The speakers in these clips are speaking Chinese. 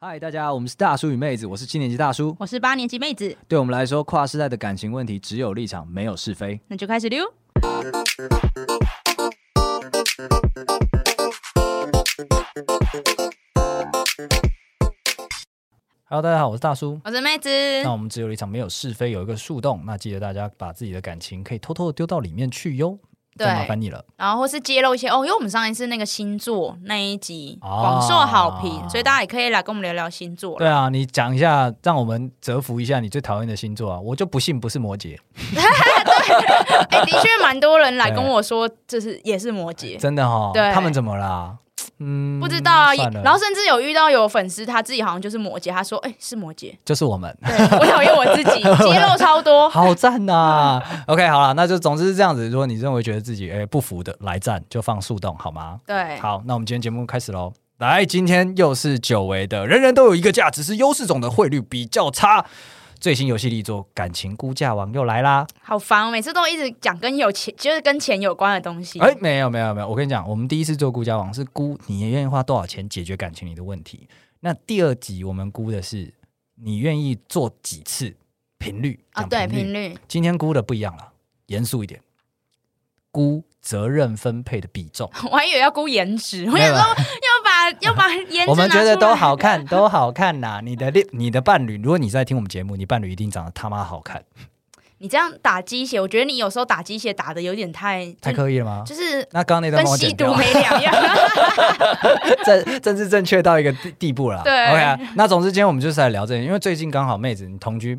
嗨，大家，我们是大叔与妹子，我是七年级大叔。我是八年级妹子，对我们来说，跨世代的感情问题只有立场，没有是非。那就开始溜。 Hello，大家好，我是大叔。我是妹子，那我们只有立场，没有是非，有一个树洞。那记得大家把自己的感情可以偷偷的丢到里面去哟。对再麻烦你了。然后或是揭露一些哦，因为我们上一次那个星座那一集哦广受好评，所以大家也可以来跟我们聊聊星座对啊，你讲一下，让我们折服一下你最讨厌的星座啊！我就不信不是摩羯，哎、的确蛮多人来跟我说，就是也是摩羯，真的哦。对他们怎么啦？嗯，不知道啊。也算了，然后甚至有遇到有粉丝他自己好像就是摩羯，他说哎、是摩 羯，就是我们。对我讨厌我 自己，揭露超多。好赞呐、OK，好了，那就总之是这样子。如果你认为觉得自己哎、不服的，来战就放树洞好吗？对，好，那我们今天节目开始喽。来，今天又是久违的，人人都有一个价值是优势种的汇率比较差。最新游戏力作《感情估价王》又来啦！好烦，我每次都一直讲跟有钱，就是跟钱有关的东西。哎、没有没有没有，我跟你讲，我们第一次做估价王是估你愿意花多少钱解决感情里的问题。那第二集我们估的是你愿意做几次频率啊，讲对，频率频率 今天估的不一样了，严肃一点，估责任分配的比重。我还以为要估颜值， 我没想有说啦要把要把颜值我们觉得拿出来都好看， 都好看呐、你的恋你的伴侣，如果你在听我们节目，你伴侣一定长得他妈好看，你这样打鸡血，我觉得你有时候打鸡血打的有点太太刻意了吗？就是那刚刚那段跟帮我吸剪毒掉，没两样。 政政治正确到一个地地步了啦。对，OK 啊。那总之今天我们就是来聊这个，因为最近刚好妹子你同居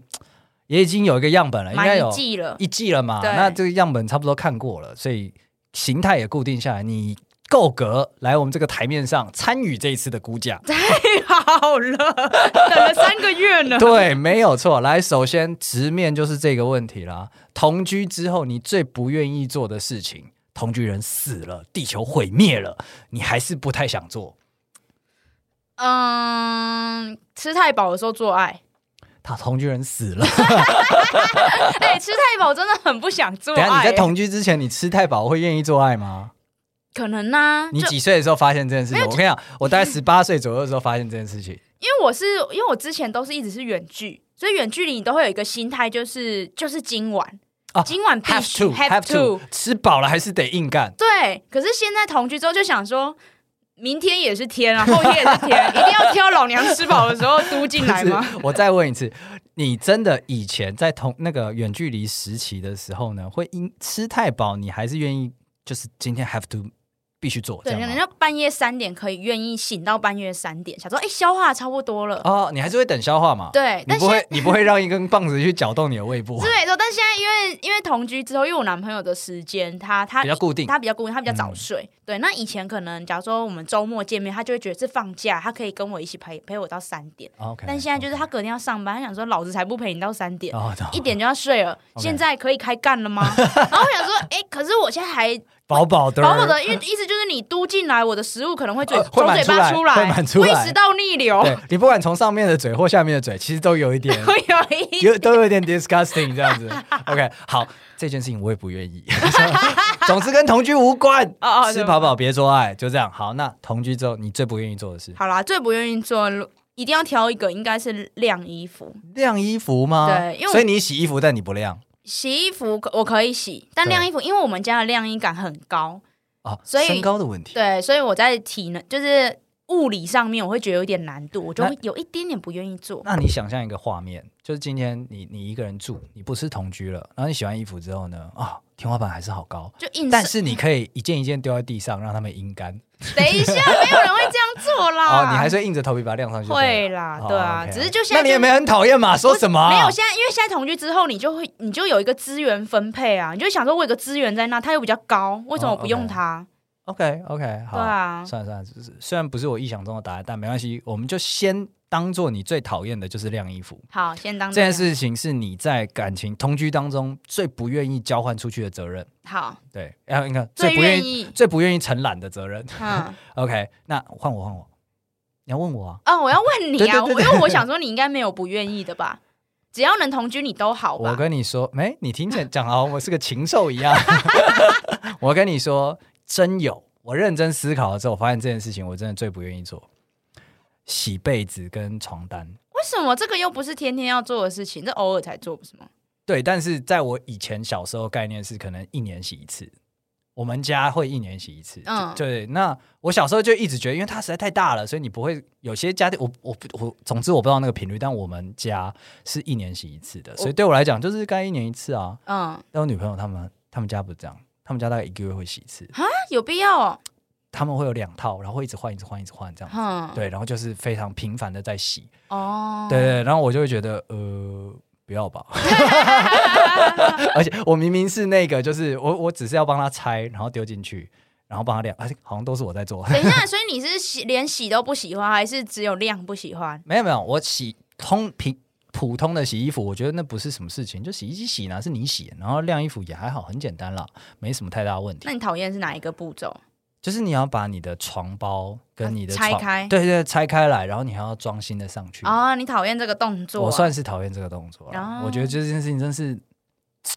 也已经有一个样本 了，应该满一有季了，一季了嘛，对那这个样本差不多看过了，所以形态也固定下来，你够格来我们这个台面上参与这一次的估价。好了，等了三个月 呢。对，没有错。来，首先直面就是这个问题啦。同居之后，你最不愿意做的事情，同居人死了，地球毁灭了，你还是不太想做。嗯，吃太饱的时候做 爱，他同居人死 了，哎、吃太饱真的很不想做等一下爱、欸你在同居之前，你吃太饱会愿意做爱吗？可能呢、你就几岁的时候发现这件事情？我跟你讲， 我大概十八岁左右的时候发现这件事情。因为我是因为我之前都是一直是远距，所以远距离你都会有一个心态，就是就是今晚，啊今晚必 Have 须 to, have to 吃饱了还是得硬干。对，可是现在同居之后就想说，明天也是天啊，后天也是天，一定要挑老娘吃饱的时候嘟进来吗？ 我再问一次，你真的以前在同那个远距离时期的时候呢，会因吃太饱，你还是愿意就是今天 have to 必须做这对，样人吗？家半夜三点可以愿意醒到半夜三点，想说哎、消化差不多了，哦，你还是会等消化嘛？，对，你但不现在会你不会让一根棒子去搅动你的胃部啊是，没错，但现在因为因为同居之后，因为我男朋友的时间，他他比较固定他比较固定，他比较早嗯睡。对，那以前可能假如说我们周末见面，他就会觉得是放假，他可以跟我一起陪陪我到三点。哦？OK，但现在就是他隔天要上班，他想说老子才不陪你到三点，哦，懂一点就要睡了， OK 现在可以开 干了吗？然后我想说，哎、可是我现在还饱饱的，饱饱的，因为意思就是你嘟进来，我的食物可能会嘴、啊呃会从满嘴出来巴出来，会满出来胃食道逆流，对你不管从上面的嘴或下面的嘴，其实都有一点 。会有一有都有一点 disgusting 这样子，OK，好，这件事情我也不愿意， 总之跟同居无关，哦哦，吃对饱饱别做爱，就这样。好，那同居之后你最不愿意做的事，好啦，最不愿意做，一定要挑一个，应该是晾衣服。晾衣服吗？对因为我所以你洗衣服，但你不晾洗衣服可我可以洗，但对晾衣服，因为我们家的晾衣杆很高，哦，所以身高的问题。对，所以我在体能就是物理上面，我会觉得有点难度，我就会有一点点不愿意做。那你想象一个画面，就是今天你你一个人住，你不是同居了，然后你洗完衣服之后呢，啊、天花板还是好高，就硬但是是你可以一件一件丢在地上，让它们阴干。等一下，没有人会这样做啦。 哦，你还是会硬着头皮把它晾上去就对了。啊哦会啦，对啊， OK 只是就现那在你也就没很讨厌嘛？说什么啊、没有现在，因为现在同居之后，你就会你就有一个资源分配啊，你就想说我有个资源在那，它又比较高，为哦什么我不用它？ OK OK，好，对啊算了算了，就是虽然不是我意想中的答案，但没关系，我们就先当做你最讨厌的就是晾衣服好，先当这件样事情，是你在感情同居当中最不愿意交换出去的责任。好，对，然后你看最最不愿愿意、意，最不愿意承揽的责任。嗯。 OK，那换我换我，你要问我啊？哦，我要问你 啊，对对对因为我想说你应该没有不愿意的吧？只要能同居，你都好我吧？跟你说，没、你听起来讲好，我是个禽兽一 样。我跟你说，真有，我认真思考了之后，我发现这件事情我真的最不愿意做。洗被子跟床单。为什么这个又不是天天要做的事情？这偶尔才做不是吗？对，但是在我以前小时候概念是，可能一年洗一次。我们家会一年洗一次，嗯就对。那我小时候就一直觉得，因为它实在太大了，所以你不会有些家庭，我我不我，总之我不知道那个频率，但我们家是一年洗一次的，所以对我来讲就是该一年一次啊。嗯，但我女朋友他们他们家不是这样，他们家大概一个月会洗一次，啊有必要哦。他们会有两套，然后会一直换，一直换，一直换这样。哼，对，然后就是非常频繁的在洗，哦，对对，然后我就会觉得呃。不要 吧！而且我明明是那个，就是我，我只是要帮他拆，然后丢进去，然后帮他晾，而且好像都是我在做。 等一下，所以你是洗连洗都不喜欢，还是只有量不喜欢？没有没有，我洗通平普通的洗衣服，我觉得那不是什么事情，就洗衣机洗呢是你洗，然后晾衣服也还好，很简单啦，没什么太大问题那。你讨厌是哪一个步骤？就是你要把你的床包跟你的啊拆床开对对，拆开来，然后你还要装新的上去。哦，你讨厌这个动作啊、我算是讨厌这个动作了哦，我觉得这件事情真是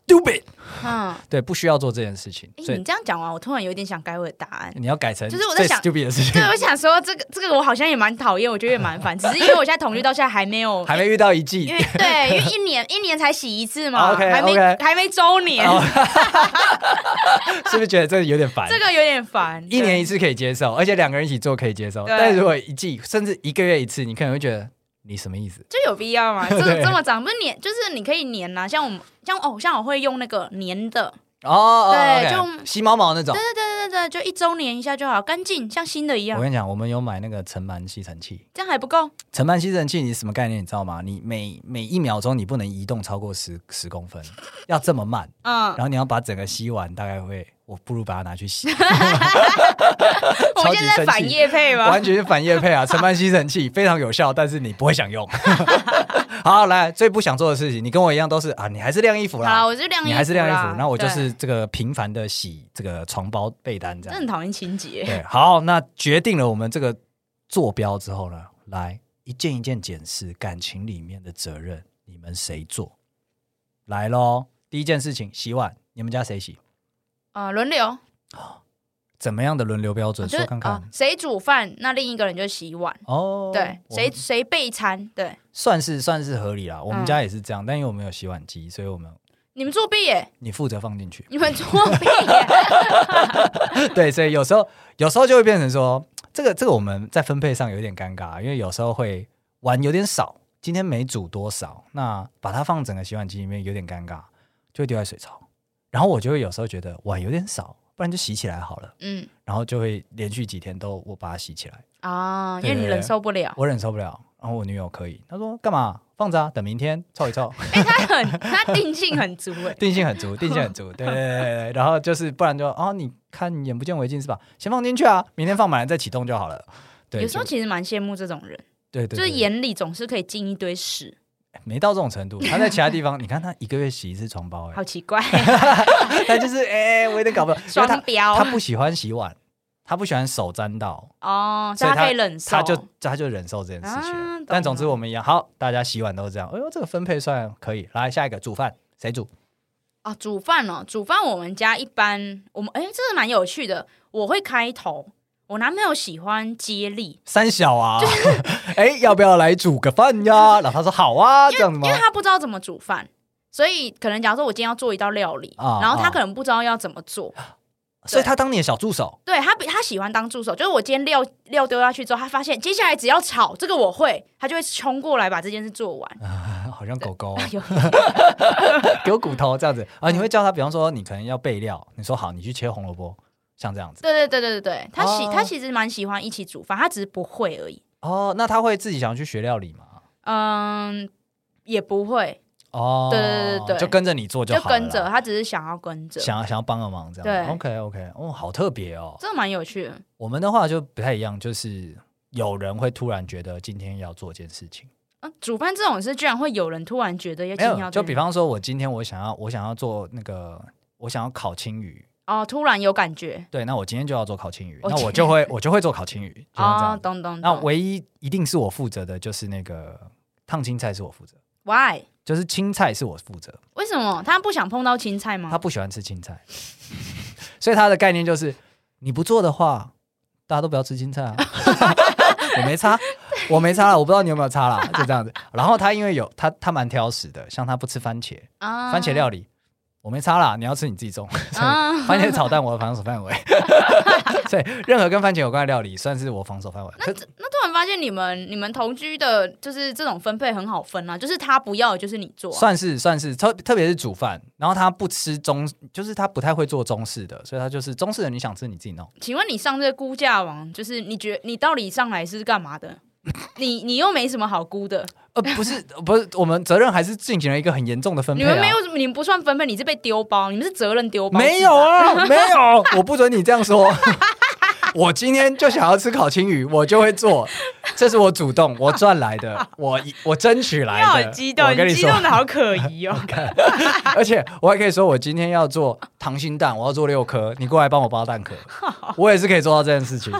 stupid， 嗯，对，不需要做这件事情，所诶以你这样讲完，我突然有点想改我的答 案。你要改成就是我在最想 stupid 的事情对，。我想说这个这个我好像也蛮讨厌，我觉得也蛮烦，只是因为我现在同居到现在还没有，还没遇到一季因为对，因为一年一年才洗一 次嘛哦 OK，还没 OK 还没周年，哦是不是觉得这有点烦？ 这个有点烦。 一年一次，次可以接受，而且两个人一起做可以接受，对但如果一季甚至一个月一次，你可能会觉得你什么意思？就有必要吗？这对这么长不是粘，就是你可以粘呐、像我们像哦，像我会用那个粘的，哦哦，对 OK，就吸毛毛那种对。对对对对，就一周粘一下就好，干净像新的一我样，跟你讲，我们有买那个尘螨吸尘器，这样还不够。尘螨吸尘器你什么概念？你知道吗？你每每一秒钟你不能移动超过十十公分，要这么慢，嗯然，后你要把整个吸完，大概会，我不如把它拿去洗。 我们现在超级生在反气叶配吗完？全是反叶 配啊！尘螨吸尘器非常有效，但是你不会想用。 好，来最不想做的事情，你跟我一样都是啊，你还是晾衣服好啦，啦，我是晾衣服啦，你还是晾衣服，那我就对是这个频繁的洗这个床包被单这真样的很。讨厌清洁。对，好，那决定了我们这个坐标之后呢，来一件一件检视感情里面的责任，你们谁做？来喽，第一件事情洗碗，你们家谁洗？啊，轮流，怎么样的轮流标准？就说是看啊看，。谁煮饭，那另一个人就洗碗。哦，对，我谁谁备餐？对，算是算是合理啦。我们嗯家也是这样，但因为我们有洗碗机，所以我们你们作弊耶！。你负责放进去 你们作弊耶！对，所以有时候有时候就会变成说，这个这个我们在分配上有点尴尬，因为有时候会碗有点少，今天没煮多少，那把它放整个洗碗机里面有点尴尬，就会丢在水槽。然后我就会有时候觉得碗有点少，不然就洗起来好了。嗯然后就会连续几天都我把它洗起来，啊，因为你忍受不了。我忍受不了。然后我女友可以，她说干嘛放着啊，等明天凑一凑。哎，他很他定性很足哎。定性很足，定性很足，对对对对对。然后就是不然就哦，你看眼不见为净是吧？先放进去啊，明天放满了再启动就好了。 对，有时候就其实蛮羡慕这种人，对对，就对是眼里总是可以进一堆屎，没到这种程度。他在其他地方，你看他一个月洗一次床包、好奇 怪，哎，他就是哎、我有点搞不懂，因为双他标他不喜欢洗碗，他不喜欢手沾到，哦，所所以以他他可以忍受。他就他就忍受这件事情了。啊懂但总之了我们一样，好，大家洗碗都是这样。哎呦，这个分配算可以。来下一个煮饭，谁煮？啊，煮饭哦，煮饭我们家一般我们哎，这个蛮有趣的，我会开头。我男朋友喜欢接力，三小啊，哎、要不要来煮个饭呀？然后他说好啊，这样子吗因？为他不知道怎么煮饭，所以可能假如说我今天要做一道料理，啊然后啊他可能不知道要怎么做，所以他当你的小助 手，对他比他喜欢当助手，就是我今天料料丢下去之后，他发现接下来只要炒这个我会，他就会冲过来把这件事做完。啊好像狗狗 有有骨头这样 子啊。你会叫他，比方说你可能要备料，你说好，你去切红萝卜，像这样子。对对对对对对，他喜、哦他其实蛮喜欢一起煮饭，他只是不会而已，哦，那他会自己想要去学料理吗？嗯，也不会，哦，对对对对对就跟着你做就好了啦跟着，他只是想要跟着，想要想要帮个忙这样。对 OK OK，哦，好特别哦。这蛮有趣的。我们的话就不太一样，就是有人会突然觉得今天要做件事情。嗯，煮饭这种事居然会有人突然觉得要没今天要有，就这比样方说，我今天我想要我想要做那个，我想要烤青鱼，哦，突然有感觉对，那我今天就要做烤青鱼，我那我今就会我就会做烤青鱼，就像这样哦，懂懂那懂唯一一定是我负责的，就是那个烫青菜是我负责， ，Why？就是青菜是我负责。为什么他不想碰到青菜吗？他不喜欢吃青菜， 所以他的概念 就是你不做的话，大家都不要吃青菜啊。我没差，我没擦啦，我不知道你有没有擦啦，就这样子。然后他因为有他他蛮挑食的，像他不吃番茄，啊番茄料理我没擦啦，你要吃你自己种。 所以啊番茄炒蛋我的防守范围， 所以任何跟番茄有关的料理算是我防守范围。可那突然发现你们你们同居的，就是这种分配很好分啊，就是他不要的就是你做、啊，算是算是特特别是煮饭，然后他不吃中，就是他不太会做中式的，所以他就是中式的你想吃你自己弄。请问你上这个估价网，就是你觉你到底上来是干 嘛的？你你又没什么好估的，呃， 不是不是，我们责任还是进行了一个很严重的分你配啊。们没有什么，你们不算分配，你是被丢包，你们是责任丢包，没是吧有啊，没有，我不准你这样说。 我今天就想要吃烤青鱼，我就会做，这是我主动，我赚来的，我我争取你来好的。激动，我跟你你激说，动的好可 疑哦。而且我还可以说，我今天要做溏心蛋，我要做六颗，你过来帮我包蛋壳，我也是可以做到这件事情。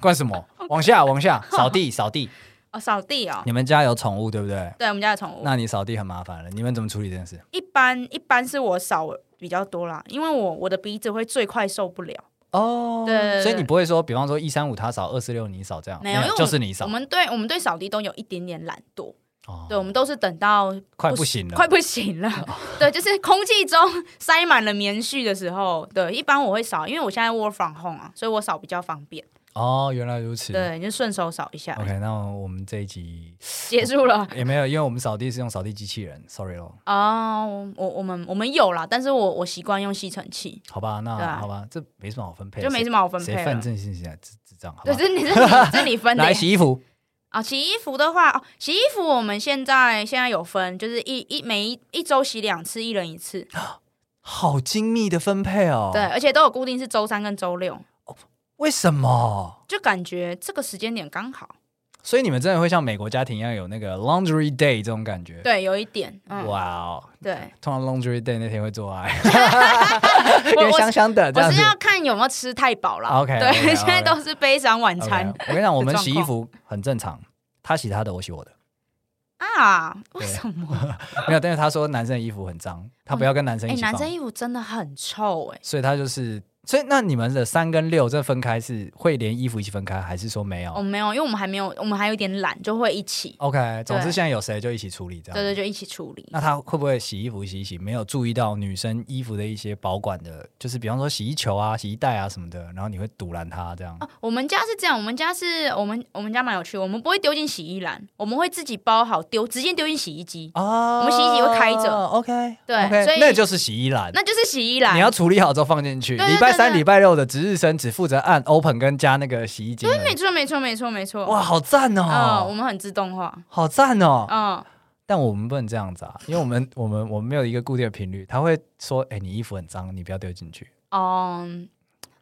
干什么？往下，往下，扫地，扫地。哦，扫地哦，你们家有宠物对不对？对我们家的宠物，那你扫地很麻烦了，你们怎么处理这件事？一般一般是我扫比较多啦，因为我我的鼻子会最快受不了。哦，对对对所以你不会说，比方说一三五他扫，二四六你扫这样，没有因为我哦就是你扫我。们对我们对扫地都有一点点懒惰，哦对我们都是等到呃快不行了，快不行了。 对，就是空气中塞满了棉絮的时候，对，一般我会扫，因为我现在 work from home 啊，所以我扫比较方便。哦，原来如此。对，你就顺手扫一下， OK，那我们这一 集结束了。也没有，因为我们扫地是用扫地机器人，sorry 咯。哦，我我们我们有啦，但是我我习惯用吸尘器，好吧，那、对啊好吧，这没什么好分配的，就没什么好分谁配谁了犯。正性行为啊智智障？好吧对，，这是你这是你这是你 分的来耶。洗衣服，啊、洗衣服的话，哦，洗衣服我们现在现在有分，就是一一每一一周洗两次，一人一次，哦好精密的分配哦。对，，而且都有固定是周三跟周六，为什么？就感觉这个时间点刚好。所以你们真的会像美国家庭一样有那个 laundry day 这种感觉？对，有一点，嗯，哇哦， 对，通常 laundry day 那天会做爱， 因我为我香是香的这我样子是。要看有没有吃太饱啦。 OK，对 OK，OK 现在都是悲伤晚 OK，餐我跟你讲，我们洗衣状服很正常，他洗他的，我洗 我的。啊？为什么？没有，但是他说男生的衣服很脏，他不要跟男生哎、一起放。男生衣服真的很臭哎、所以他就是，所以那你们的三跟六这分开是会连衣服一起分开，还是说没有、我们没有，因为我们还没有，我们还有点懒，就会一起， o k 总之对现在有谁就一起处哦理这样。对对，就一起处理。那他会不会洗衣服洗一洗，没有注意到女生衣服的一些保管的，就是比方说洗衣球啊、洗衣袋啊什么的，然后你会堵拦他这样？哦，我们家是这样，我们家是我们我们家蛮有趣，我们不会丢进洗衣篮，我们会自己包好丢，直接丢进洗衣机，啊我们洗衣机会开着，OK，对 o k 所以那就是洗衣篮。那就是洗衣篮。你要处理好之后放进去。对对礼拜三、对对礼拜六的值日生只负责按 open 跟加那个洗衣精而已。没错没错没错没错。哇，好赞嗯、我哦，们很自动化。好赞哦！嗯，但我们不能这样子啊，因为我们我们我们没有一个固定的频率，他会说：“哎、你衣服很脏，你不要丢进去。哦、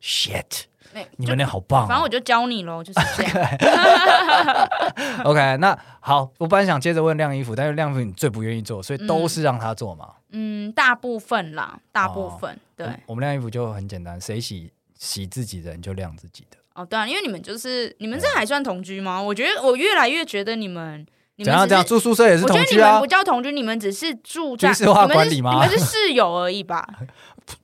”Shit，没你就们那好棒反正哦、我就教你喽，就是这 样。 OK，那好，我本来想接着问晾衣服，但是晾衣服你最不愿意做，所以都是让他做嘛。嗯，大部分啦，大部分、我们对。我们晾衣服就很简单，谁洗洗自己的你就晾自己的。哦，对啊，因为你们就是你们啊这还算同居吗？我觉得我越来越觉得你们你怎们样只怎样是。住宿舍也是我觉同得你居们啊不？叫同居，你们只是住在军事化你们是管理吗你们是室友而已吧？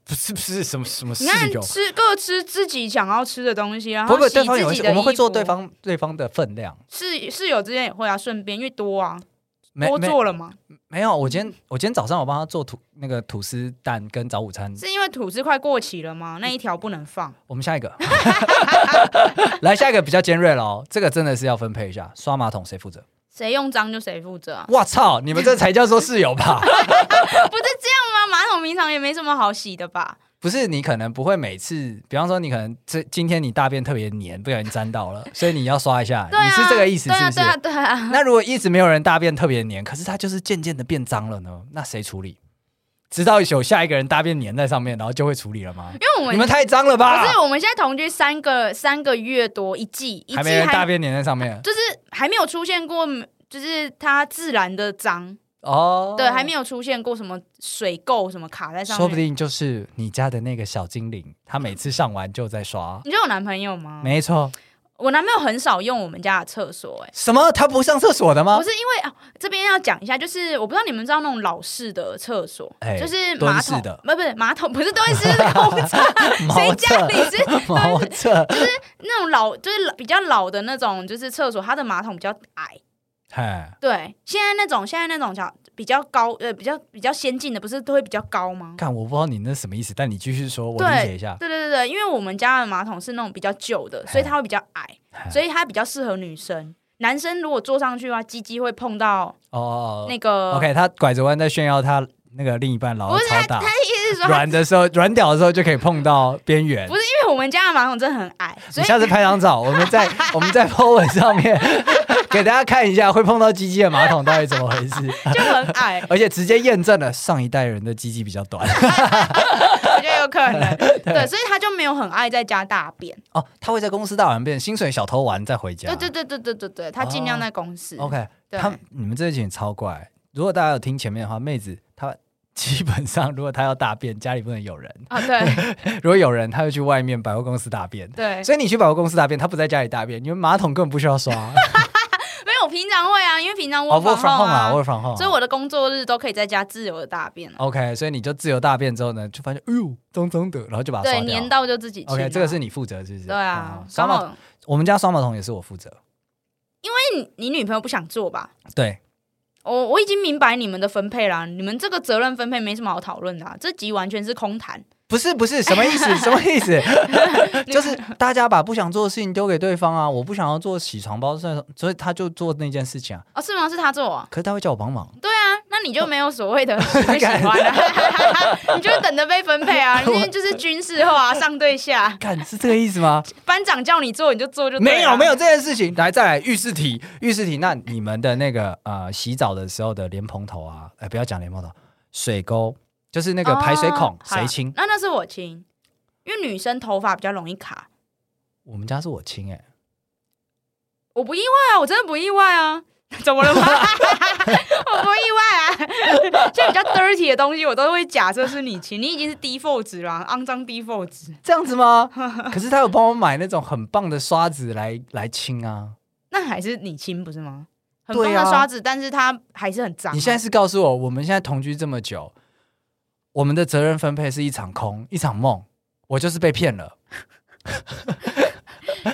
不是不是什么什么室你看友，吃各吃自己想要吃的东西，然不后不，洗对方有自一己些的我们会衣做服对方对方的分量，室室友之间也会啊，顺便因为多啊，没多没做了嗯嘛，没有，我今天我今天早上我帮他做吐那个吐司蛋跟早午餐。是因为吐司快过期了吗？那一条不能放我们 下一个，来下一个比较尖锐了哦，这个真的是要分配一下，刷马桶谁负责？谁用脏就谁负责 啊，我操，你们这才叫做室友吧？不是这样吗？马桶平常也没什么好洗的吧？不是你可能不会每次，比方说你可能这今天你大便特别黏，不小心沾到了，所以你要刷一下， 对啊，你是这个意思对是啊，不是？对啊，对啊。那如果一直没有人大便特别黏，可是它就是渐渐的变脏了呢，那谁处理？直到有下一个人大便粘在上面，然后就会处理了吗？因为我你们们太脏了吧？不是我们现在同居三个三个月多一季，一季还没人大还便粘在上面就是还没有出现过，就是它自然的脏，哦。对，还没有出现过什么水垢什么卡在上面。说不定就是你家的那个小精灵，他每次上完就在刷。你就有男朋友吗？没错，我男朋友很少用我们家的厕所、欸，什么？他不上厕所的吗不？是因为啊，这边要讲一下，就是我不知道你们知道那种老式的厕所，哎就是蹲马式桶的不不是马桶，不是蹲式的公 厕，谁茅家厕里是 茅厕，那种老，就是比较老的那种，就是厕所，它的马桶比较矮。哎，对，现在那种现在那种叫比较高，呃，比较比较先进的，不是都会比较高吗？看我不知道你那什么意思，但你继续说，我理解对，一下。对对对对，因为我们家的马桶是那种比较旧的，所以它会比较矮，哎所以它比较适合女生。男生如果坐上去的话，鸡鸡会碰到哦哦那个。 ，OK，他拐着弯在炫耀他那个另一半老不是超他，大他，意思是说，软的时候软屌的时候就可以碰到边缘不。是因为我们家的马桶真的很矮，所你以下次拍张照，我们在我们在 po 文上面 给大家看一下，会碰到鸡鸡的马桶到底怎么回事，就很矮，而且直接验证了上一代人的鸡鸡比较短。我觉得有可能。对，所以他就没有很爱在家大便。哦，他会在公司大完便，薪水小偷完再回家。对对对对对对对，他尽量在公司。 OK，对他你们这一群超怪。如果大家有听前面的话，妹子她基本上如果她要大便，家里不能有人；啊，对如果有人，她就去外面百货公司大便。对，所以你去百货公司大便，她不在家里大便，因为马桶根本不需要刷。没有平常会啊，因为平常哦， 我 work from 啊啊， ，work from home 啊。所以我的工作日都可以在家自由的大便了。 OK，所以你就自由大便之后呢，就发现哎呦脏脏的，然后就把它对刷，掉粘。到就自己清啊。 OK，这个是你负责是不是？对啊哦，刷刚马桶，好我们家刷马桶也是我负责。你你女朋友不想做吧？对，我我已经明白你们的分配啦，你们这个责任分配没什么好讨论的、啊，这集完全是空谈。不是不是什么意 思？什么意思？就是大家把不想做的事情丢给对方啊，我不想要做洗床包，所以所以他就做那件事情啊。哦，是吗？是他做啊？哦可是他会叫我帮忙，对啊，那你 就没有所谓的喜不喜欢 啊，你就等着被分配 啊，因为就是军事化、啊、上对下，干是这个意思吗？班长叫你做你就做就对没有了啊没有这件事情。来再来浴室题，浴室题，那你们的那个呃洗澡的时候的莲蓬头啊，哎、不要讲莲蓬头，水沟就是那个排水孔哦谁、清好？那那是我清，因为女生头发比较容易卡。我们家是我清哎、我不意外啊，我真的不意外啊。怎么了吗？ 我不意外啊，就比较 dirty 的东西，我都会假设是你清，你已经是 default 值了啊，肮脏 default 值。这样子吗？可是他有帮我买那种很棒的刷子来来清啊。那还是你清不是吗？很棒对啊的刷子，但是它还是很脏啊、你现在是告诉我，我们现在同居这么久，我们的责任分配是一场空，一场梦。我就是被骗了，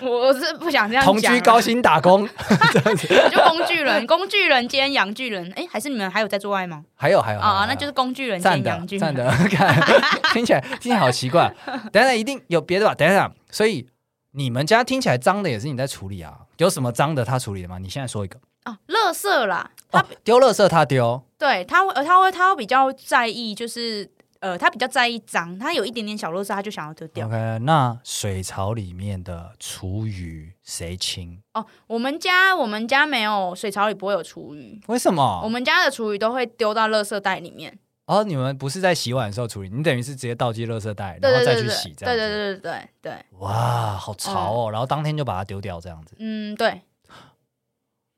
我我是不想这样同讲居啊高薪打工， 这样子。就工具人，工具人兼洋巨人，哎、还是你们还有在做爱吗？还有还有还有啊，还那有就是工具人站兼的洋巨站人。的，看听起来听起来好奇怪。啊等一下一定有别的吧？等一下，所以你们家听起来脏的也是你在处理啊？有什么脏的他处理的吗？你现在说一个。啊，垃圾啦，哦，丢垃圾他丢，对他会，呃，他会，他会比较在意，就是呃，他比较在意脏，他有一点点小垃圾，他就想要丢掉。 OK，那水槽里面的厨余谁清？哦，我们家我们家没有水槽里不会有厨余，为什我么？们家的厨余都会丢到垃圾袋里面。哦，你们不是在洗碗的时候处理，你等于是直接倒进垃圾袋，对然后对再对去对洗，这对对样子。对对对对，哇，好潮哦！然后当天就把它丢掉，这样子。嗯，对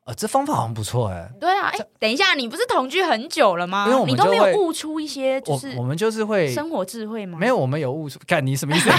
呃，这方法好像不错哎。对啊，哎，等一下，你不是同居很久了吗因为我？们你都没就会有悟出一些就我是我们就是会生活智慧吗？没 有，我们有误出，看你什么意思？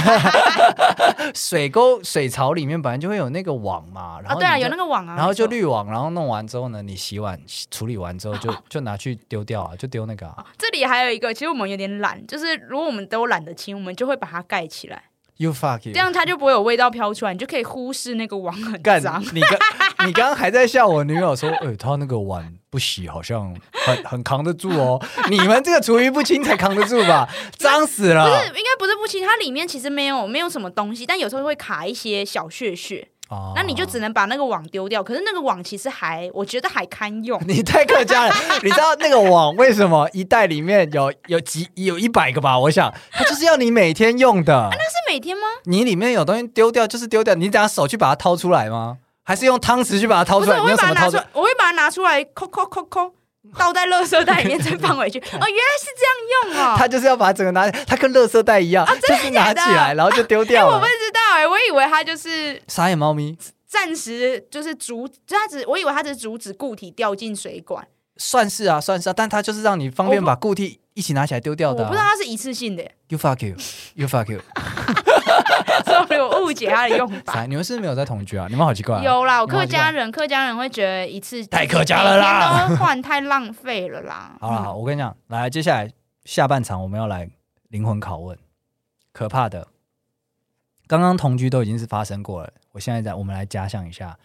水沟、水槽里面本来就会有那个网嘛，然啊，后、对啊，有那，个网啊，然后就没错滤网，然后弄完之后呢，你洗碗洗处理完之后就哦就拿去丢掉啊，就丢那个啊。这里还有一个，其实我们有点懒，就是如果我们都懒得清，我们就会把它盖起来， You fuck 这 you！样它就不会有味道飘出来，你就可以忽视那个网很干脏。你刚你刚刚还在笑我女友说，哎、她那个碗不洗好像很很扛得住哦，你们这个厨余不清才扛得住吧？脏死不了是，！应该不是不清，它里面其实没有没有什么东西，但有时候会卡一些小屑屑，哦。那你就只能把那个网丢掉。可是那个网其实还，我觉得还堪用你太客家了，你知道那个网为什么一袋里面有有几有一百个吧？我想它就是要你每天用的。那是每天吗？你里面有东西丢掉就是丢掉，你等下手去把它掏出来吗？还是用汤匙去把它掏不出是，来？我你会用什么把它掏拿出出来？，我会把它拿出来，抠抠抠抠，倒在垃圾袋里面再放 回去。哦，原来是这样用哦。他就是要把整个拿，它跟垃圾袋一样，就是拿起啊的来然后就丢掉 我了不。知道哎、我以为它就是傻眼猫咪暂时就是阻，就它只我以为它只是阻止固体掉进水管，算是啊，算是啊，但它就是让你方我便不把固体一起拿起来丢掉我的、不知道啊。它是一次性的耶。 You fuck you, you fuck you。 Sorry，所以我误解它的用法。啥？你们是不是没有在同居啊？你们好奇怪、啊。有啦，我你们客好奇怪家人，客家人会觉得一次太客家了啦。每天都换太浪费了啦好啦，嗯，我跟你讲，来，接下来下半场我们要来灵魂拷问，可怕的。刚刚同居都已经是发生过了，我现在在我们来假想一下，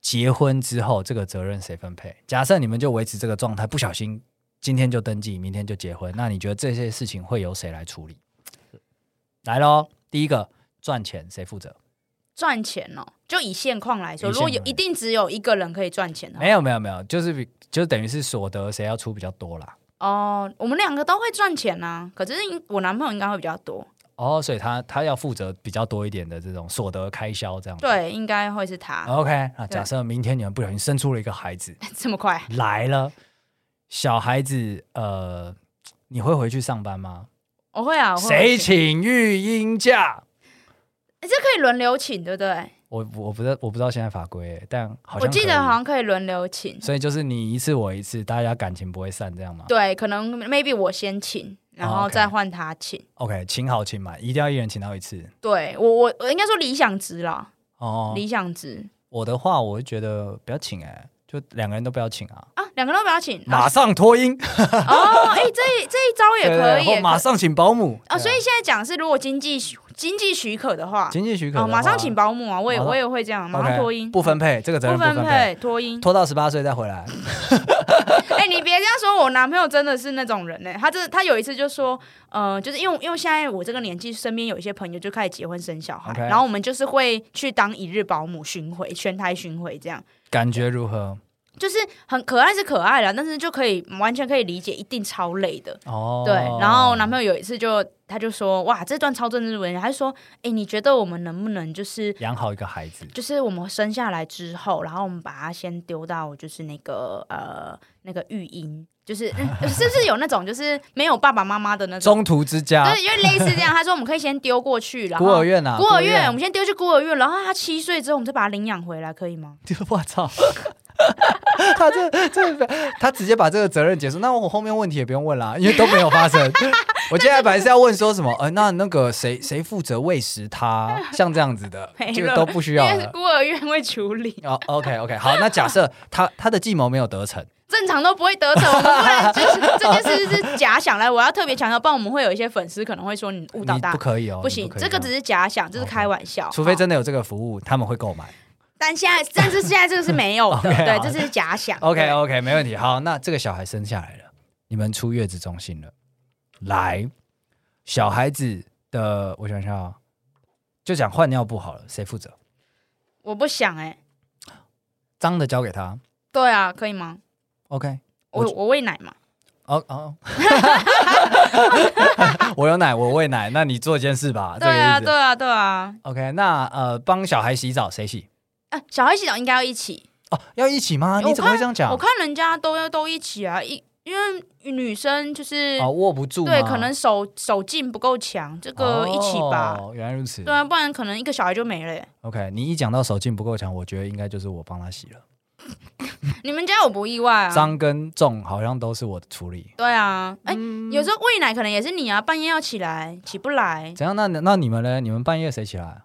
结婚之后这个责任谁分配？假设你们就维持这个状态，不小心今天就登记，明天就结婚，那你觉得这些事情会由谁来处理？来喽，第一个赚钱谁负责？赚钱哦，就以现况来说，以现如况果有一定只有一个人可以赚钱的话，没有没有没有，就是比就是等于是所得谁要出比较多啦。哦，我们两个都会赚钱呐、可是应我男朋友应该会比较多，哦，所以他他要负责比较多一点的这种所得开销这样子。对，应该会是他。 OK，那对假设明天你们不小心生出了一个孩子 这么快？来了，小孩子呃，你会回去上班吗？我会啊，我会谁我请？请育婴假？诶这可以轮流请，对不对？我我不知道我不知道现在法规耶，但好像我记可以得好，像可以轮流请。所以就是你一次我一次，大家感情不会散这样吗对，可能 maybe 我先请，然哦后，OK 再换他请。 ？OK，请好请满，一定要一人请到一次对我，我我应该说理想值啦，哦。理想值我的话，我会觉得不要请哎、就两个人都不要请啊， 啊，两个都不要请。马啊上脱 音， 哦，哎，这一这一招也对可对以对或也马可以。上请保姆啊，所以现在讲是，如果经济许经济许可的话，啊经济许可的哦，话马上请保姆啊，我也马上我也会这样，马 OK，上脱音，不分配，这个责任不不分分配。配 脱音。拖到十八岁再回来。哎、你别这样说，我男朋友真的是那种人呢、他这他有一次就说，呃，就是因为因为现在我这个年纪，身边有一些朋友就开始结婚生小孩 OK 然后我们就是会去当一日保姆巡回，全台巡回这样，感觉如何？就是很可爱是可爱啦，但是就可以完全可以理解，一定超累的。哦，对，然后我男朋友有一次就他就说，哇，这段超政治文，他就说，哎、你觉得我们能不能就是养好一个孩子，就是我们生下来之后，然后我们把它先丢到就是那个呃那个育婴，就是、 嗯是不是有那种就是没有爸爸妈妈的那种？中途之家对，因为类似这样，他说我们可以先丢过去，然孤后儿院 啊，孤儿院，我们先丢去孤儿院，然后他七岁之后，我们再把他领养回来，可以吗？我操！ 他这这他直接把这个责任结束，那我后面问题也不用问啦，因为都没有发生。 我接下来本来是要问说什么，呃，那那个谁谁负责喂食他，像这样子的 没，了这个都不需要因为是了。孤儿院会处理，哦，OK OK，好，那假设他他的计谋没有得逞，正常都不会得逞。 我们不然就是这件事是假想来，我要特别强调，不然我们会有一些粉丝可能会说你误你导大不家。可以哦，不行你，可以这个样只是假想，这是开玩笑。除非好真的有这个服务，他们会购买。但 现在，但是现在这个是没有的， OK，对，好这是假想。 OK 哦对 OK，没问题。好，那这个小孩生下来了，你们出月子中心了。来，小孩子的，我想一下啊、就讲换尿布好了，谁负责？我不想哎、脏的交给他。对啊，可以吗？ OK，我我我喂奶嘛，哦哦， 我有奶，我喂奶，那你做一件事吧，对这个意啊，思。对啊，对啊。 OK，那呃，帮小孩洗澡谁洗？哎，小孩洗澡应该要一起，哦，要一起吗？我你怎么会这样我讲？看人家都要都一起啊，一因为女生就是、哦，握不住吗，对，可能手手劲不够强，这个一起吧。哦，原来如此。对啊，不然可能一个小孩就没了欸、 OK，你一讲到手劲不够强，我觉得应该就是我帮他洗了。你们家我不意外啊？脏跟重好像都是我的处理。对啊，哎、有时候喂奶可能也是你啊，半夜要起来起不来，怎样？那那你们呢？你们半夜谁起来？啊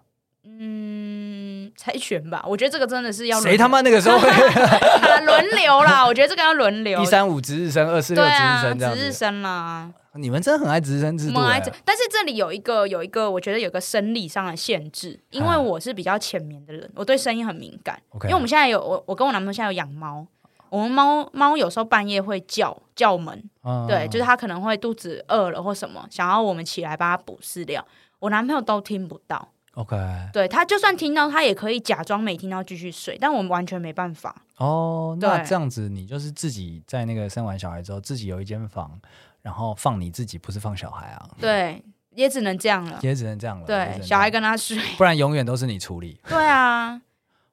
嗯，猜拳吧。 我觉得这个真的是要轮谁他妈那个时候会 好了，轮流啦， 我觉得这个要轮流。一三五值日生，二四对六值啊日，生这样值日子？生啦，你们真的很爱值日生我制度们哎、还值但是这里有一个有一个，我觉得有个生理上的限制，因为哎我是比较浅眠的人，我对声音很敏感。 OK 因为我们现在有我，我跟我男朋友现在有养猫，我们猫猫有时候半夜会叫叫门，嗯对，就是它可能会肚子饿了或什么，想要我们起来帮它补饲料，我男朋友都听不到， OK 对他就算听到，他也可以假装没听到继续睡，但我们完全没办法。哦。那对这样子，你就是自己在那个生完小孩之后，自己有一间房，然后放你自己，不是放小孩啊，对，也只能这样了。也只能这样了。也只嗯对，能这样小孩，跟他睡。 不然永远都是你处理。对啊，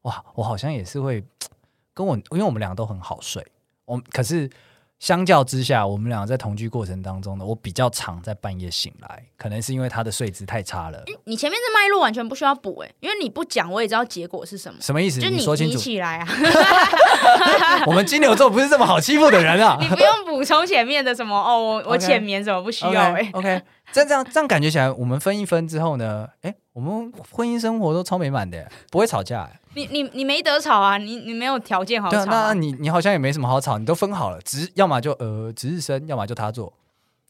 哇，我好像也是会跟我，因为我们两个都很好睡，我们可是相较之下，我们两个在同居过程当中呢，我比较常在半夜醒来，可能是因为他的睡姿太差了。你前面这脉络完全不需要补哎、因为你不讲我也知道结果是什么。什么意思？就你你说清你楚，起 来啊，我们金牛座不是这么好欺负的人啊 你！不用补充前面的什么哦，我我 OK 浅眠什么不需要哎、 OK，这样这样这样感觉起来，我们分一分之后呢，哎，我们婚姻生活都超美满的，不会吵架。欸你你你没得吵啊，你你没有条件好对吵、啊，那你你好像也没什么好吵，你都分好了，值要么就呃值日生，要么就他做，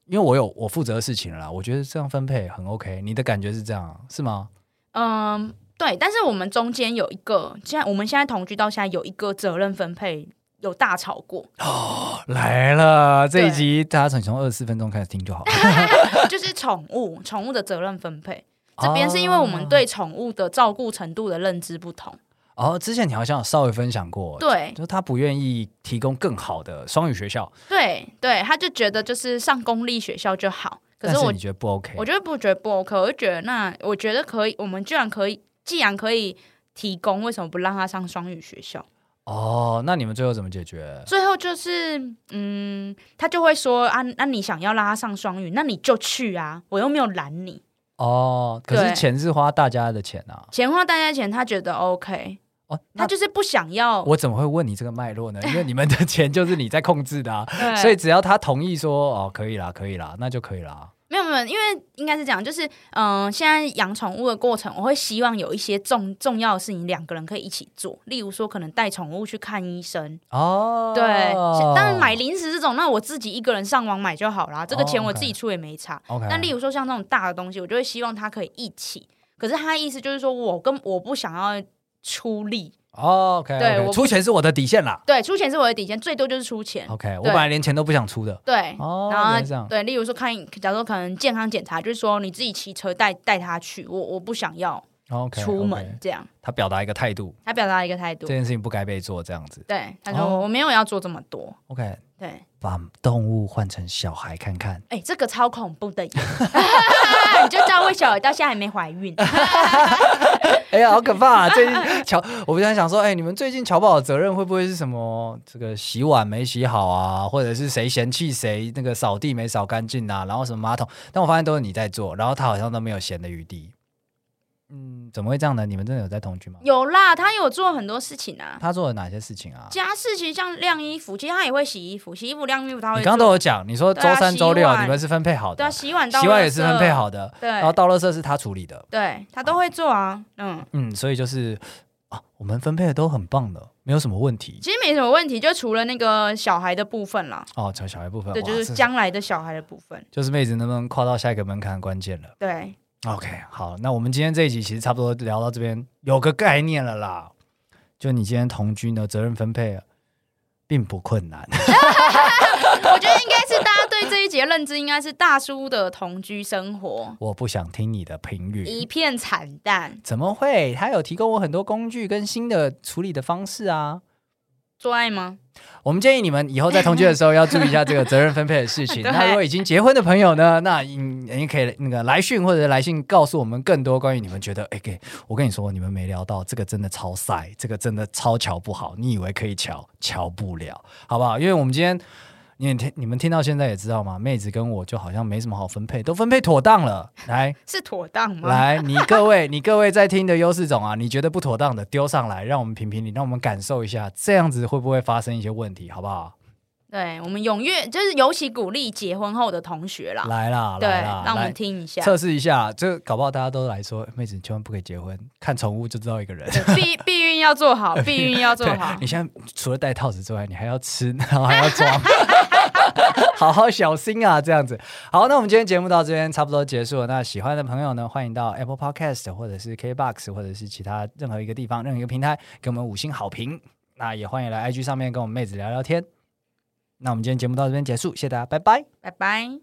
因为我有我负责的事情了啦。我觉得这样分配很 OK，你的感觉是这样是吗？嗯，对，但是我们中间有一个，现在我们现在同居到现在有一个责任分配有大吵过， 哦来了，这一对集大家从从二十四分钟开始听就好了。就是宠物宠物的责任分配。这边是因为我们对宠物的照顾程度的认知不同，哦，之前你好像有稍微分享过，对就是他不愿意提供更好的双语学校，对对，他就觉得就是上公立学校就好，可但是是我你觉得不 OK？我就不觉得不 OK，我就觉得那我觉得可以，我们居然可以，既然可以提供，为什么不让他上双语学校？哦，那你们最后怎么解决？最后就是，嗯，他就会说啊，那你想要让他上双语，那你就去啊，我又没有拦你，哦，可是对钱是花大家的钱啊。钱花大家钱，他觉得 OK，哦，他那就是不想要，我怎么会问你这个脉络呢？因为你们的钱就是你在控制的啊。对所以只要他同意说哦，可以啦，可以啦，那就可以啦。没有没有，因为应该是这样，就是嗯、呃现在养宠物的过程，我会希望有一些重重要的事情，两个人可以一起做，例如说可能带宠物去看医生，哦，对，像当然买零食这种，那我自己一个人上网买就好啦，这个哦钱我 OK 自己出也没差。 OK，但例如说像这种大的东西，我就会希望他可以一起。可是他的意思就是说我跟我不想要出力，哦 OK，对 OK，我不出钱是我的底线啦。对，出钱是我的底线，最多就是出钱。 OK，我对本来连钱都不想出的。对，哦，然原后来这样。对，例如说看，假如说可能健康检查，就是说你自己骑车带带他去，我我不想要 OK，出 OK 门这样。他表达一个态度，他表达了一个态这度，件事情不该被做这样子。对，他说哦我没有要做这么多， OK，对。把动物换成小孩看看。哎、这个超恐怖的耶！ 你就知道魏小伟到现在还没怀孕。哎呀，好可怕、啊！最近乔，我本来想说，哎，你们最近乔宝的责任会不会是什么？这个洗碗没洗好啊，或者是谁嫌弃谁那个扫地没扫干净啊，然后什么马桶？但我发现都是你在做，然后他好像都没有闲的余地。嗯，怎么会这样呢？你们真的有在同居吗？有啦，他有做很多事情啊，他做了哪些事情啊？家事其实像晾衣服，其实他也会洗衣服，洗衣服、晾衣服他会你做。刚刚都有讲，你说周对啊三、洗周六碗你们是分配好对的啊，，洗碗、倒洗碗也垃圾是分配，好的，对然后倒垃圾是他处理的。对，他都会做啊，嗯，嗯，所以就是啊，我们分配的都很棒的，没有什么问题其实没什么问题，就除了那个小孩的部分啦，哦。小小孩部分，对，哇就是这将来的小孩的部分，就是妹子能不能跨到下一个门槛的关键了。对， OK，好，那我们今天这一集其实差不多聊到这边，有个概念了啦。就你今天同居呢，责任分配并不困难。 我觉得应该是大家对这一节认知，应该是大叔的同居生活我不想听你的评一语，片惨淡，怎么会？他有提供我很多工具跟新的处理的方式啊。做爱吗？我们建议你们以后在同居的时候要注意一下这个责任分配的事情。对那如果已经结婚的朋友呢，那你你可以那个来讯或者来信告诉我们更多关于你们觉得，哎、给我跟你说，你们没聊到这个真的超晒，这个真的超瞧不好，你以为可以瞧，瞧不了，好不好？因为我们今天。你也听你们听到现在也知道嘛，妹子跟我就好像没什么好分配，都分配妥当了。 来是妥当吗？来，你各位你各位在听的优势种啊，你觉得不妥当的丢上来，让我们评评理，让我们感受一下，这样子会不会发生一些问题，好不好？对我们踊跃，就是尤其鼓励结婚后的同学啦，来啦，对，来啦，让我来们听一下，测试一下，这搞不好大家都来说，哎妹子你千万不可以结婚，看宠物就知道一个人。避避孕要做好，避孕要 做对好，你现在除了戴套子之外，你还要吃， 然后还要装，好好小心啊，这样子。好，那我们今天节目到这边差不多结束了。那喜欢的朋友呢，欢迎到 Apple Podcast 或者是 KBox 或者是其他任何一个地方、任何一个平台给我们五星好评。那也欢迎来 IG 上面跟我们妹子聊聊天。那我们今天节目到这边结束，谢谢大家，拜拜。拜拜。